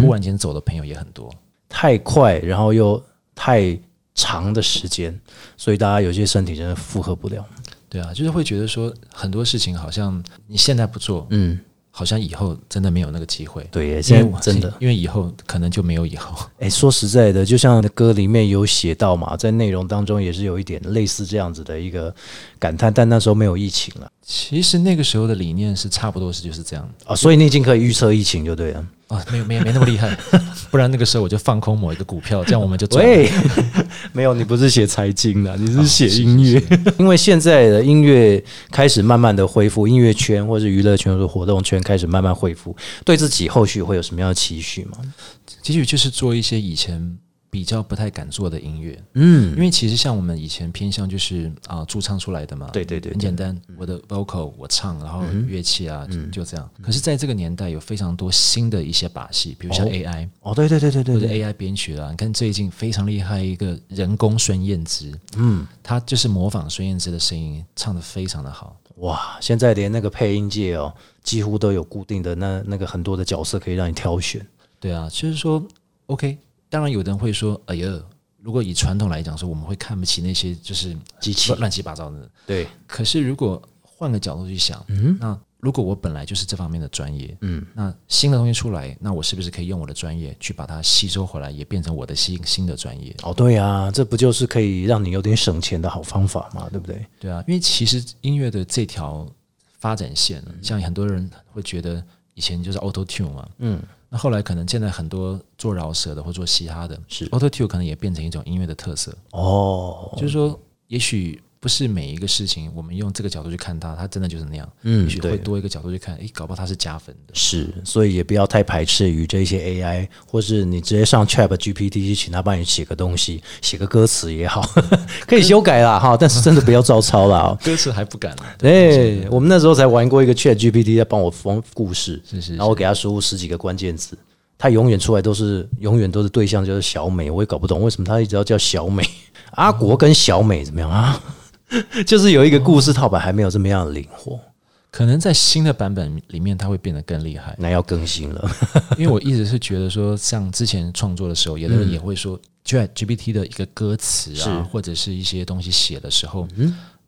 [SPEAKER 3] 突然间走的朋友也很多。
[SPEAKER 1] 太快，然后又太长的时间，所以大家有些身体真的负荷不了。
[SPEAKER 3] 对啊，就是会觉得说很多事情好像你现在不做，
[SPEAKER 1] 嗯，
[SPEAKER 3] 好像以后真的没有那个机会。
[SPEAKER 1] 对耶，
[SPEAKER 3] 因为
[SPEAKER 1] 现在
[SPEAKER 3] 我
[SPEAKER 1] 真的，
[SPEAKER 3] 因为以后可能就没有以后。
[SPEAKER 1] 哎，说实在的，就像歌里面有写到嘛，在内容当中也是有一点类似这样子的一个感叹，但那时候没有疫情了
[SPEAKER 3] 其实那个时候的理念是差不多是就是这样
[SPEAKER 1] 啊，所以你已经可以预测疫情就对了。
[SPEAKER 3] 啊，没有没有没那么厉害， 不然那个时候我就放空某一个股票，这样我们就赚了哦
[SPEAKER 1] 喂， 没有，你不是写财经的，你是写音乐。因为现在的音乐开始慢慢的恢复，音乐圈或是娱乐圈或者活动圈开始慢慢恢复，对自己后续会有什么样的期许吗？
[SPEAKER 3] 其实就是做一些以前比较不太敢做的音乐，因
[SPEAKER 1] 嗯，
[SPEAKER 3] 为其实像我们以前偏向就是啊、驻唱出来的嘛，
[SPEAKER 1] 对对对嗯
[SPEAKER 3] 很简单，我的 vocal 我唱，然后乐器啊、就这样。可是在这个年代有非常多新的一些把戏，比如像
[SPEAKER 1] 哦
[SPEAKER 3] AI、
[SPEAKER 1] 哦，对对对对对
[SPEAKER 3] 或者
[SPEAKER 1] 对，
[SPEAKER 3] AI 编曲啦、你看最近非常厉害一个人工孙燕姿，嗯，她就是模仿孙燕姿的声音，唱的非常的好。
[SPEAKER 1] 哇，现在连那个配音界哦，几乎都有固定的那那个很多的角色可以让你挑选。
[SPEAKER 3] 对啊，就是说 OK，当然有的人会说，哎呀。如果以传统来讲说，我们会看不起那些就是
[SPEAKER 1] 机器
[SPEAKER 3] 乱七八糟的，
[SPEAKER 1] 对，
[SPEAKER 3] 可是如果换个角度去想，嗯，那如果我本来就是这方面的专业，嗯，那新的东西出来，那我是不是可以用我的专业去把它吸收回来，也变成我的新新的专业？
[SPEAKER 1] 哦，对啊，这不就是可以让你有点省钱的好方法嘛，对不对？
[SPEAKER 3] 对啊，因为其实音乐的这条发展线，像很多人会觉得以前就是 Auto Tune 嘛，嗯，那后来可能现在很多做饶舌的或做嘻哈的，是 Auto Tune 可能也变成一种音乐的特色，
[SPEAKER 1] 哦，
[SPEAKER 3] 就是说，也许不是每一个事情，我们用这个角度去看它，它真的就是那样。
[SPEAKER 1] 嗯
[SPEAKER 3] 也许
[SPEAKER 1] 对
[SPEAKER 3] 会多一个角度去看，诶，搞不好它是加分的。
[SPEAKER 1] 是，所以也不要太排斥于这些 AI，或是你直接上 Chat GPT 去请他帮你写个东西，写个歌词也好， 可以修改啦哈，但是真的不要照抄啦哦。
[SPEAKER 3] 歌词还不敢了，
[SPEAKER 1] 对，我们那时候才玩过一个 Chat GPT 在帮我封故事，
[SPEAKER 3] 是是
[SPEAKER 1] 然后我给他输入十几个关键字，他永远出来都是永远都是对象就是小美，我也搞不懂为什么他一直要叫小美， 阿国跟小美怎么样啊？ 就是有一个故事套版还没有这么样的灵活，。
[SPEAKER 3] 可能在新的版本里面，它会变得更厉害
[SPEAKER 1] 那要更新了。
[SPEAKER 3] 因为我一直是觉得说，像之前创作的时候，有的人也会说，Chat GPT 的一个歌词
[SPEAKER 1] 嗯是嗯
[SPEAKER 3] 啊，或者是一些东西写的时候，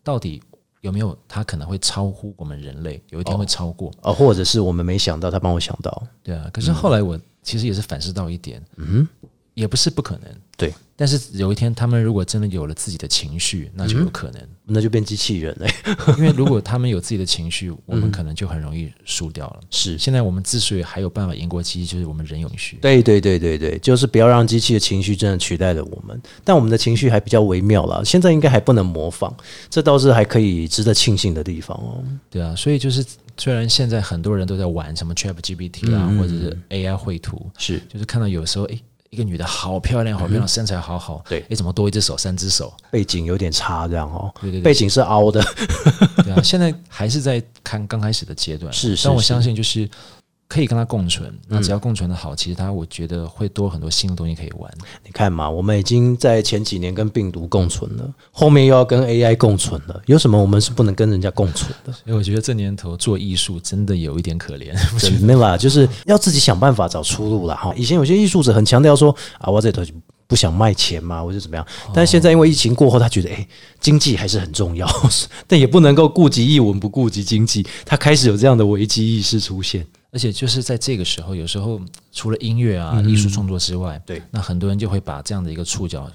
[SPEAKER 3] 到底有没有它可能会超乎我们人类，有一天会超过。
[SPEAKER 1] 哦，或者是我们没想到，他帮我想到，
[SPEAKER 3] 对啊，可是后来我其实也是反思到一点，嗯，也不是不可能。
[SPEAKER 1] 对，
[SPEAKER 3] 但是有一天，他们如果真的有了自己的情绪，那
[SPEAKER 1] 嗯
[SPEAKER 3] 就有可能。
[SPEAKER 1] 那就变机器人了。
[SPEAKER 3] 因为如果他们有自己的情绪，我们可能就很容易输掉了。
[SPEAKER 1] 嗯是
[SPEAKER 3] 现在我们之所以还有办法赢过机器，就是我们人永续。
[SPEAKER 1] 对对对对对，就是不要让机器的情绪真的取代了我们，但我们的情绪还比较微妙啦，现在应该还不能模仿，这倒是还可以值得庆幸的地方哦。
[SPEAKER 3] 对啊，所以就是虽然现在很多人都在玩什么 Chat GPT
[SPEAKER 1] 嗯
[SPEAKER 3] 啦，啊或者是 AI 绘图，
[SPEAKER 1] 是
[SPEAKER 3] 就是看到有时候诶，一个女的好漂亮，好漂亮，身材好好，
[SPEAKER 1] 嗯对
[SPEAKER 3] 诶，怎么多一只手，三只 手？
[SPEAKER 1] 背景有点差这样哦，
[SPEAKER 3] 对对对
[SPEAKER 1] 背景是凹的，
[SPEAKER 3] 对啊，现在还是在看刚开始的阶段，
[SPEAKER 1] 是是嗯
[SPEAKER 3] 但我相信就是可以跟他共存，那只要共存的好，其实他我觉得会多很多新的东西可以 玩。
[SPEAKER 1] 你看嘛，我们已经在前几年跟病毒共存了，后面又要跟 AI 共存了，有什么我们是不能跟人家共存的？
[SPEAKER 3] 所以我觉得这年头做艺术真的有一点可怜，
[SPEAKER 1] 真的啦，就是要自己想办法找出路啦。哈。以前有些艺术者很强调说啊，我这头不想卖钱嘛，我就怎么样。
[SPEAKER 3] 哦
[SPEAKER 1] 但现在因为疫情过后，他觉得诶，经济还是很重要， 但也不能够顾及艺文不顾及经济，他开始有这样的危机意识出现。
[SPEAKER 3] 而且就是在这个时候，有时候除了音乐啊、艺术创作之外，
[SPEAKER 1] 嗯对，
[SPEAKER 3] 那很多人就会把这样的一个触角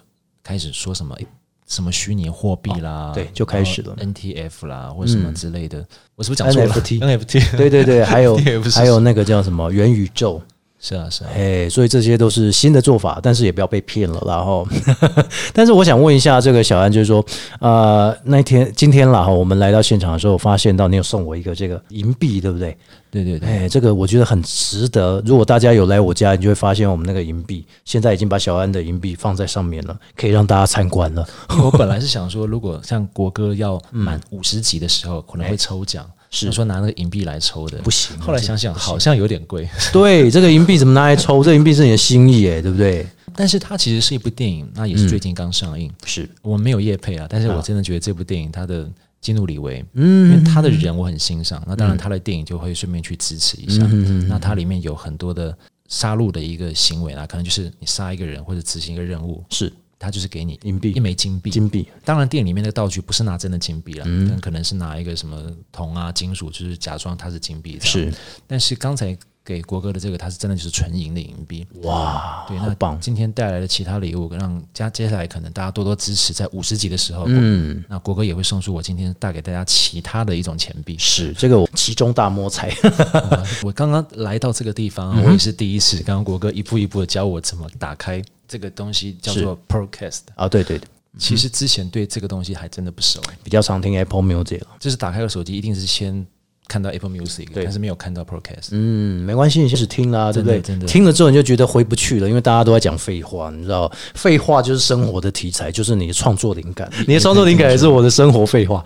[SPEAKER 3] 开始说什么诶什么虚拟货币啦，
[SPEAKER 1] 啊对就开始了嗯
[SPEAKER 3] 然后 NTF 啦或者什么之类的，我是不是讲错了
[SPEAKER 1] NFT
[SPEAKER 3] NFT
[SPEAKER 1] 对对对，还有
[SPEAKER 3] 也不是
[SPEAKER 1] 还有那个叫什么元宇宙，
[SPEAKER 3] 是啊是啊，
[SPEAKER 1] 哎，所以这些都是新的做法，但是也不要被骗了啦吼。 然后，但是我想问一下这个小安，就是说，呃，那天今天啦哈，我们来到现场的时候，发现到你有送我一个这个银币，对不对？
[SPEAKER 3] 对 对对，
[SPEAKER 1] 哎，这个我觉得很值得。如果大家有来我家，你就会发现我们那个银币现在已经把小安的银币放在上面了，可以让大家参观了。
[SPEAKER 3] 因为我本来是想说，如果像国歌要满五十级的时候，可能会抽奖，
[SPEAKER 1] 嗯是
[SPEAKER 3] 我说拿那个银币来抽的，
[SPEAKER 1] 不行
[SPEAKER 3] 后来想想，好像有点贵，
[SPEAKER 1] 对，这个银币怎么拿来抽？这银币是你的心意，哎，对不对？
[SPEAKER 3] 但是它其实是一部电影，那也是最近刚上映。
[SPEAKER 1] 嗯是，
[SPEAKER 3] 我没有夜配啊，但是我真的觉得这部电影它的基努里维，
[SPEAKER 1] 嗯
[SPEAKER 3] 因为他的人我很欣赏，那当然他的电影就会顺便去支持一
[SPEAKER 1] 嗯
[SPEAKER 3] 下。那它里面有很多的杀戮的一个行为啊，可能就是你杀一个人或者执行一个任务，
[SPEAKER 1] 是
[SPEAKER 3] 他就是给你
[SPEAKER 1] 银币
[SPEAKER 3] 一枚金币。
[SPEAKER 1] 嗯金币，
[SPEAKER 3] 当然，电影里面的道具不是拿真的金币了，嗯、可能是拿一个什么铜啊、金属，就是假装它是金币。
[SPEAKER 1] 是，
[SPEAKER 3] 但是刚才给国哥的这个，它是真的就是纯银的银币。
[SPEAKER 1] 哇，
[SPEAKER 3] 对，
[SPEAKER 1] 好
[SPEAKER 3] 那
[SPEAKER 1] 棒，
[SPEAKER 3] 今天带来的其他礼物，让加接下来可能大家多多支持，在五十集的时候，
[SPEAKER 1] 嗯，
[SPEAKER 3] 那国哥也会送出我今天带给大家其他的一种钱币。
[SPEAKER 1] 是这个我其中大摸彩，
[SPEAKER 3] 啊 我刚刚来到这个地方啊，
[SPEAKER 1] 嗯
[SPEAKER 3] 我也是第一次。刚刚国哥一步一步的教我怎么打开这个东西，叫做 Procast。
[SPEAKER 1] 啊，对对对，
[SPEAKER 3] 其实之前对这个东西还真的不熟、
[SPEAKER 1] 比较常听 Apple Music 啊了
[SPEAKER 3] 就是打开了手机，一定是先看到 Apple Music，
[SPEAKER 1] 对
[SPEAKER 3] 但是没有看到 Podcast。
[SPEAKER 1] 嗯，没关系，你先只听啦，对不对？
[SPEAKER 3] 真的
[SPEAKER 1] 听了之后你就觉得回不去了，因为大家都在讲废话，你知道，废话就是生活的题材，就是你的创作灵感，你的创作灵感也是我的生活废话，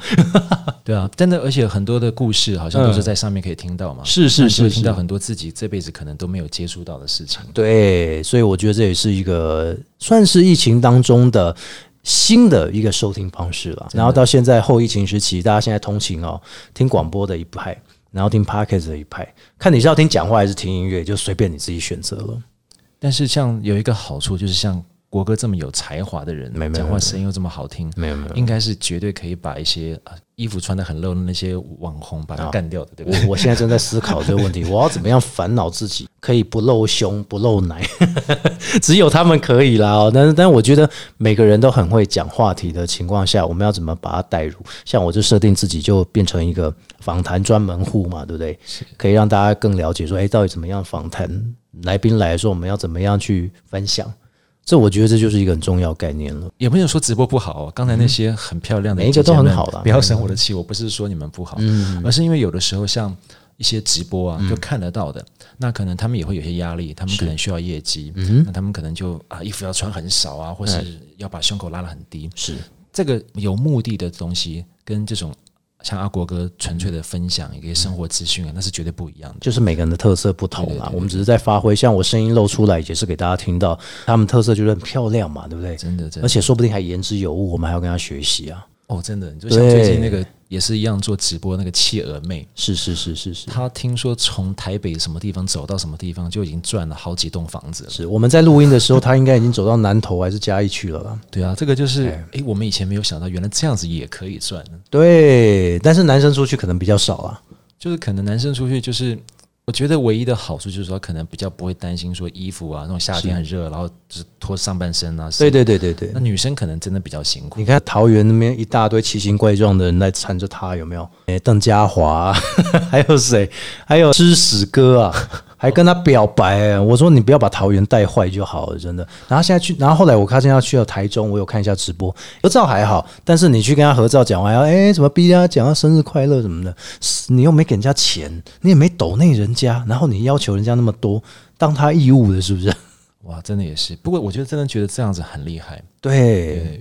[SPEAKER 3] 对啊，真的，而且很多的故事好像都是在上面可以听到嘛。
[SPEAKER 1] 嗯是是
[SPEAKER 3] 那就会
[SPEAKER 1] 是
[SPEAKER 3] 听
[SPEAKER 1] 是
[SPEAKER 3] 到很多自己这辈子可能都没有接触到的事情。
[SPEAKER 1] 对，所以我觉得这也是一个算是疫情当中的新的一个收听方式了。然后到现在后疫情时期，大家现在通勤哦，听广播的一派，然后听 podcast 的一派，看你是要听讲话还是听音乐，就随便你自己选择了。
[SPEAKER 3] 但是像有一个好处，就是像国哥这么有才华的人，
[SPEAKER 1] 没没没
[SPEAKER 3] 讲话声音又这么好听，
[SPEAKER 1] 没有没有，
[SPEAKER 3] 应该是绝对可以把一些、呃衣服穿的很露的那些网红把
[SPEAKER 1] 啊
[SPEAKER 3] 他干掉的，对不对？
[SPEAKER 1] 我我现在正在思考这个问题，我要怎么样烦恼自己可以不露胸不露奶， 只有他们可以啦、哦。但是，但是我觉得每个人都很会讲话题的情况下，我们要怎么把它带入？像我就设定自己就变成一个访谈专门户嘛，对不对？可以让大家更了解说，哎，到底怎么样访谈来宾来说，我们要怎么样去分享？这我觉得这就是一个很重要概念了。
[SPEAKER 3] 也没有说直播不好、哦，刚才那些很漂亮
[SPEAKER 1] 嗯
[SPEAKER 3] 的
[SPEAKER 1] 每一个
[SPEAKER 3] 姐姐
[SPEAKER 1] 都很
[SPEAKER 3] 们
[SPEAKER 1] 好啦
[SPEAKER 3] 不要生我的气，我不是说你们不好，
[SPEAKER 1] 嗯
[SPEAKER 3] 而是因为有的时候像一些直播啊，就看得到的，那可能他们也会有些压力，他们可能需要业绩，
[SPEAKER 1] 嗯
[SPEAKER 3] 那他们可能就啊衣服要穿很少啊，或
[SPEAKER 1] 哎
[SPEAKER 3] 是要把胸口拉得很低，
[SPEAKER 1] 是
[SPEAKER 3] 这个有目的的东西跟这种像阿国哥纯粹的分享一个生活资讯啊，那是绝对不一样的。
[SPEAKER 1] 就是每个人的特色不同啦，我们只是在发挥。像我声音露出来，也是给大家听到，他们特色就是很漂亮嘛，对不对？
[SPEAKER 3] 真的，真
[SPEAKER 1] 而
[SPEAKER 3] 的
[SPEAKER 1] 且说不定还言之有物，我们还要跟他学习啊。
[SPEAKER 3] 哦，真的，你就像最近那个也是一样做直播那个企鹅妹，
[SPEAKER 1] 是是是是是
[SPEAKER 3] 他听说从台北什么地方走到什么地方，就已经赚了好几栋房子了。
[SPEAKER 1] 是，我们在录音的时候，他应该已经走到南投还是嘉义去了啦。
[SPEAKER 3] 对啊，这个就是诶，我们以前没有想到，原来这样子也可以赚。
[SPEAKER 1] 对，但是男生出去可能比较少啊。
[SPEAKER 3] 就是可能男生出去，就是我觉得唯一的好处就是说，可能比较不会担心说衣服啊，那种夏天很热，然后就是脱上半身啊。
[SPEAKER 1] 对
[SPEAKER 3] 对，
[SPEAKER 1] 对对对对
[SPEAKER 3] 那，女生可能真的比较辛苦
[SPEAKER 1] 你。看桃园那边一大堆奇形怪状的人来缠着他，有没有？诶、邓家华、啊 还有谁？还有吃屎哥啊，还跟他表白、啊我说你不要把桃园带坏就好了，真的。然后现在去，然后后来我看现在去了台中，我有看一下直播，合照还好，但是你去跟他合照讲完，还要诶怎么逼他讲他生日快乐什么的，你又没给人家钱，你也没抖内人家，然后你要求人家那么多，当他义务的是不是？
[SPEAKER 3] 哇，真的也是。不过我觉得真的觉得这样子很厉害。
[SPEAKER 1] 对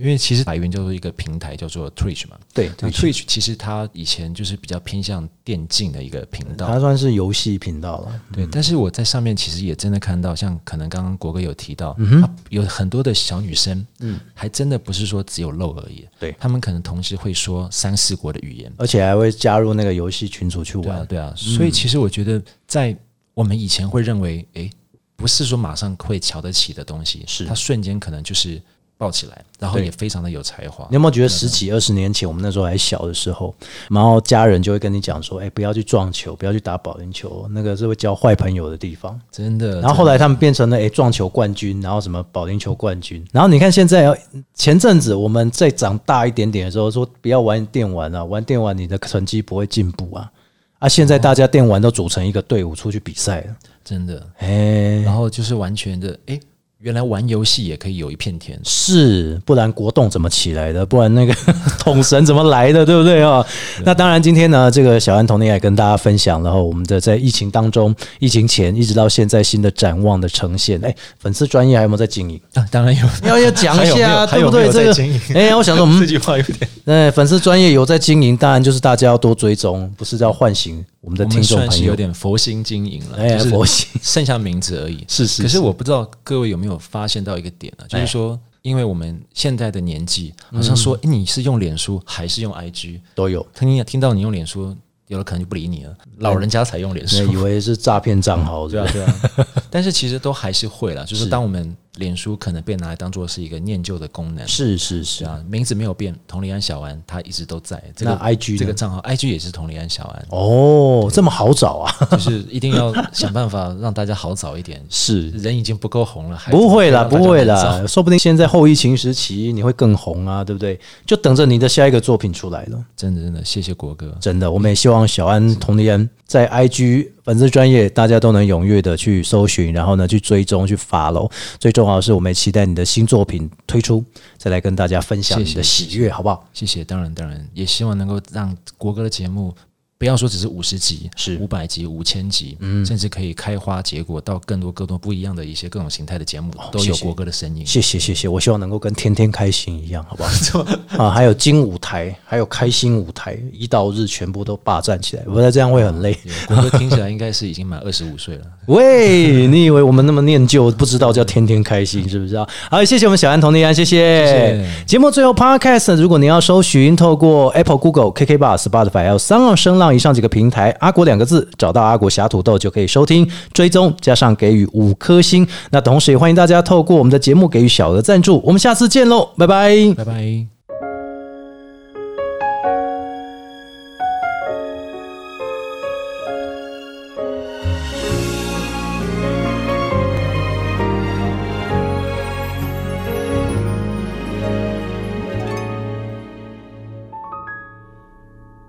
[SPEAKER 3] 对，因为其实来源叫做一个平台，叫做 Twitch 嘛。
[SPEAKER 1] 对
[SPEAKER 3] 那
[SPEAKER 1] 对，
[SPEAKER 3] Twitch 其实它以前就是比较偏向电竞的一个频道，
[SPEAKER 1] 他算是游戏频道了。
[SPEAKER 3] 对，但是我在上面其实也真的看到，像可能刚刚国哥有提到，
[SPEAKER 1] 嗯
[SPEAKER 3] 啊有很多的小女生，嗯，还真的不是说只有露而已，
[SPEAKER 1] 对
[SPEAKER 3] 她们可能同时会说三四国的语言，
[SPEAKER 1] 而且还会加入那个游戏群组去
[SPEAKER 3] 对
[SPEAKER 1] 玩
[SPEAKER 3] 啊，。对啊，所以其实我觉得，在我们以前会认为，诶，不是说马上会瞧得起的东西，
[SPEAKER 1] 是
[SPEAKER 3] 它瞬间可能就是爆起来，然后也非常的有才华
[SPEAKER 1] 你，有没有觉得
[SPEAKER 3] 啊
[SPEAKER 1] 十几二十年前我们那时候还小的时候，然后家人就会跟你讲说：“哎、不要去撞球，不要去打保龄球，那个是会交坏朋友的地方。”
[SPEAKER 3] 真的。
[SPEAKER 1] 然后后来他们变成了哎、诶撞球冠军，然后什么保龄球冠军。
[SPEAKER 3] 嗯
[SPEAKER 1] 然后你看现在呃前阵子我们再长大一点点的时候说不要玩电玩啊，玩电玩你的成绩不会进步啊。啊，现
[SPEAKER 3] 哦
[SPEAKER 1] 在大家电玩都组成一个队伍出去比赛了。
[SPEAKER 3] 真的，
[SPEAKER 1] 哎、
[SPEAKER 3] 然后就是完全的，诶，原来玩游戏也可以有一片天，
[SPEAKER 1] 是，不然国栋怎么起来的？不然那个 统神怎么来的？对不对啊？那当然，今天呢，这个小安童年也跟大家分享了哦，然后我们的在疫情当中、疫情前一直到现在新的展望的呈现。哎，粉丝专业还有没有在经 营？
[SPEAKER 3] 啊 当然 有。
[SPEAKER 1] 要要讲一下啊，
[SPEAKER 3] 还
[SPEAKER 1] 对
[SPEAKER 3] 有
[SPEAKER 1] 不
[SPEAKER 3] 没有
[SPEAKER 1] 对？这
[SPEAKER 3] 还有 没有在经
[SPEAKER 1] 个， 哎，我想说，嗯，
[SPEAKER 3] 句话有点
[SPEAKER 1] 那粉丝专业有在经营，当然就是大家要多追踪，不是要唤醒我们的
[SPEAKER 3] 我
[SPEAKER 1] 听
[SPEAKER 3] 们
[SPEAKER 1] 众
[SPEAKER 3] 算
[SPEAKER 1] 朋
[SPEAKER 3] 是
[SPEAKER 1] 友
[SPEAKER 3] 有，点佛心经营 了，
[SPEAKER 1] 哎
[SPEAKER 3] 就是
[SPEAKER 1] 佛心
[SPEAKER 3] 剩下名字而已。
[SPEAKER 1] 是是
[SPEAKER 3] 可
[SPEAKER 1] 是
[SPEAKER 3] 是我不知道各位有没有发现到一个点呢、啊就
[SPEAKER 1] 哎嗯
[SPEAKER 3] 是说，因为我们现在的年纪，好像说、哎诶你是用脸书还是用 IG，
[SPEAKER 1] 都有，
[SPEAKER 3] 听你听到你用脸书，有的可能就不理你了，老人家才用脸
[SPEAKER 1] 那
[SPEAKER 3] 书。
[SPEAKER 1] 哎以为是诈骗账号，
[SPEAKER 3] 对
[SPEAKER 1] 对
[SPEAKER 3] 啊
[SPEAKER 1] 吧？，
[SPEAKER 3] 对啊， 但是其实都还是会啦，就是当我们脸书可能被拿来当做是一个念旧的功能，
[SPEAKER 1] 是是是
[SPEAKER 3] 对，啊，名字没有变，佟丽安小安她一直都在。这
[SPEAKER 1] 那
[SPEAKER 3] 个
[SPEAKER 1] IG 呢
[SPEAKER 3] 这个账号，IG 也是佟丽安小安，
[SPEAKER 1] 哦，这么好找啊？
[SPEAKER 3] 就是一定要想办法让大家好找一点。
[SPEAKER 1] 是，
[SPEAKER 3] 人已经不够红了，还
[SPEAKER 1] 不会啦，
[SPEAKER 3] 怎么
[SPEAKER 1] 不会
[SPEAKER 3] 让大家难
[SPEAKER 1] 啦，说不定现在后疫情时期你会更红啊，对不对？就等着你的下一个作品出来了。
[SPEAKER 3] 找。真的真的，谢谢国哥，
[SPEAKER 1] 真的，我们也希望小安、佟丽安在 IG 粉丝专业，大家都能踊跃的去搜寻，然后呢去追踪、去 follow。最重要的是，我们也期待你的新作品推出，再来跟大家分享
[SPEAKER 3] 谢
[SPEAKER 1] 你
[SPEAKER 3] 谢
[SPEAKER 1] 的喜悦，好不好？
[SPEAKER 3] 谢谢。当然当然，也希望能够让国哥的节目。不要说只是五十集，
[SPEAKER 1] 是嗯
[SPEAKER 3] 五百集、五千集，甚至可以开花结果到更多更多不一样的一些各种形态的节目，都
[SPEAKER 1] 哦谢
[SPEAKER 3] 有
[SPEAKER 1] 谢
[SPEAKER 3] 国哥的身影。
[SPEAKER 1] 谢谢谢谢，我希望能够跟天天开心一样，好不 好？啊，还有金舞台，还有开心舞台，一到日全部都霸占起来，不然这样会很累。
[SPEAKER 3] 对国哥听起来应该是已经满二十五岁了。
[SPEAKER 1] 喂，你以为我们那么念旧，不知道叫天天开心是不是啊？好，谢谢我们小安童丽安，谢谢。
[SPEAKER 3] 谢
[SPEAKER 1] 节目最后 Podcast，如果您要搜寻，透过 Apple、Google、KK Bar、Spotify 还有三浪声浪以上几个平台，阿国两个字找到阿国侠土豆就可以收听、追踪，加上给予五颗星。那同时也欢迎大家透过我们的节目给予小额赞助。我们下次见喽，拜拜。
[SPEAKER 3] 拜拜。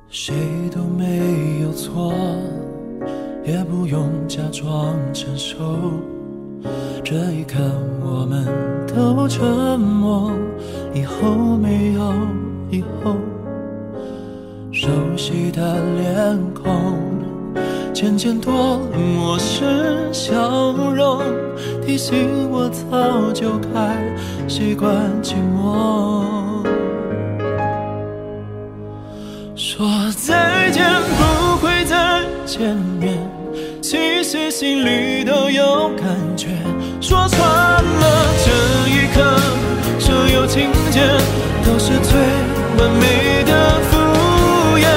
[SPEAKER 4] 谁都没有错，也不用假装成熟。这一刻，我们都沉默，以后没有以后。熟悉的脸孔，渐渐多了漠视笑容，提醒我早就该习惯寂寞。说再见不会再见面，其实心里都有感觉。说穿了这一刻，所有情节都是最完美的敷衍。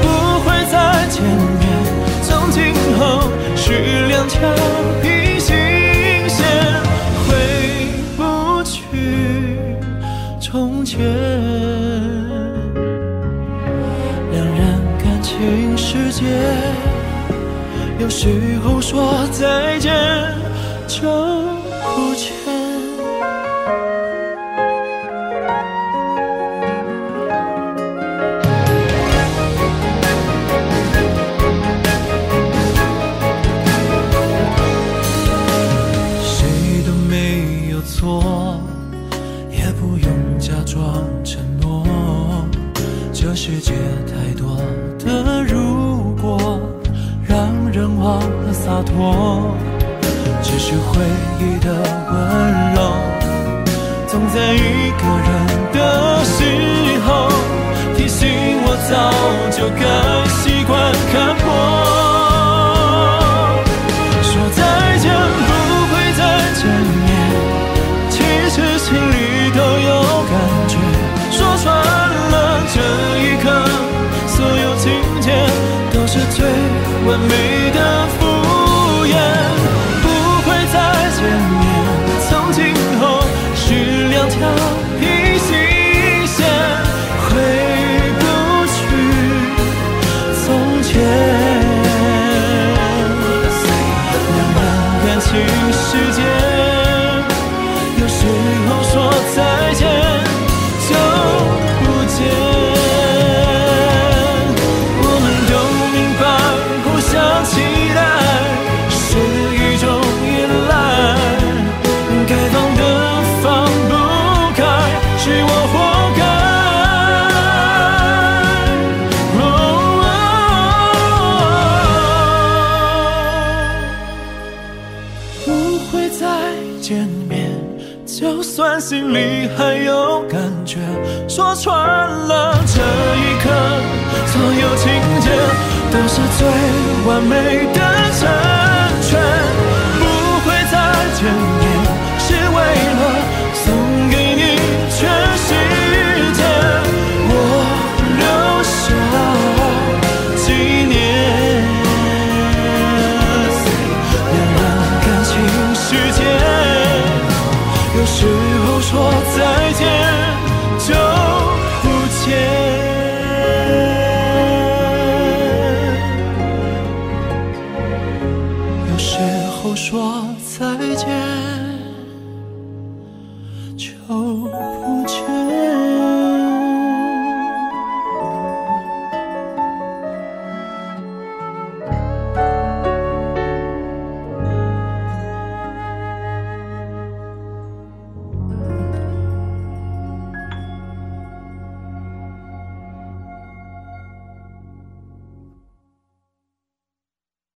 [SPEAKER 4] 不会再见面，从今后是两条平行线，回不去从前。两人感情世界，有时候说再见就不见。谁都没有错，也不用假装承诺。这世界太多的如果，让人忘了洒脱。只是回忆的温柔，总在一个人的时候，提醒我早就该习惯看破。说再见不会再见面。其实心里都有感觉。说穿了，这一刻，所有情节都是最完美的敷衍。不会再见面，从今后是两条平行线，回不去从前。两人感情世界。有时候说再见就不见，我们都明白互相期待是一种依赖，该放的放不开，是我活该。不会再见面。就算心里还有感觉，说穿了，这一刻所有情节都是最完美的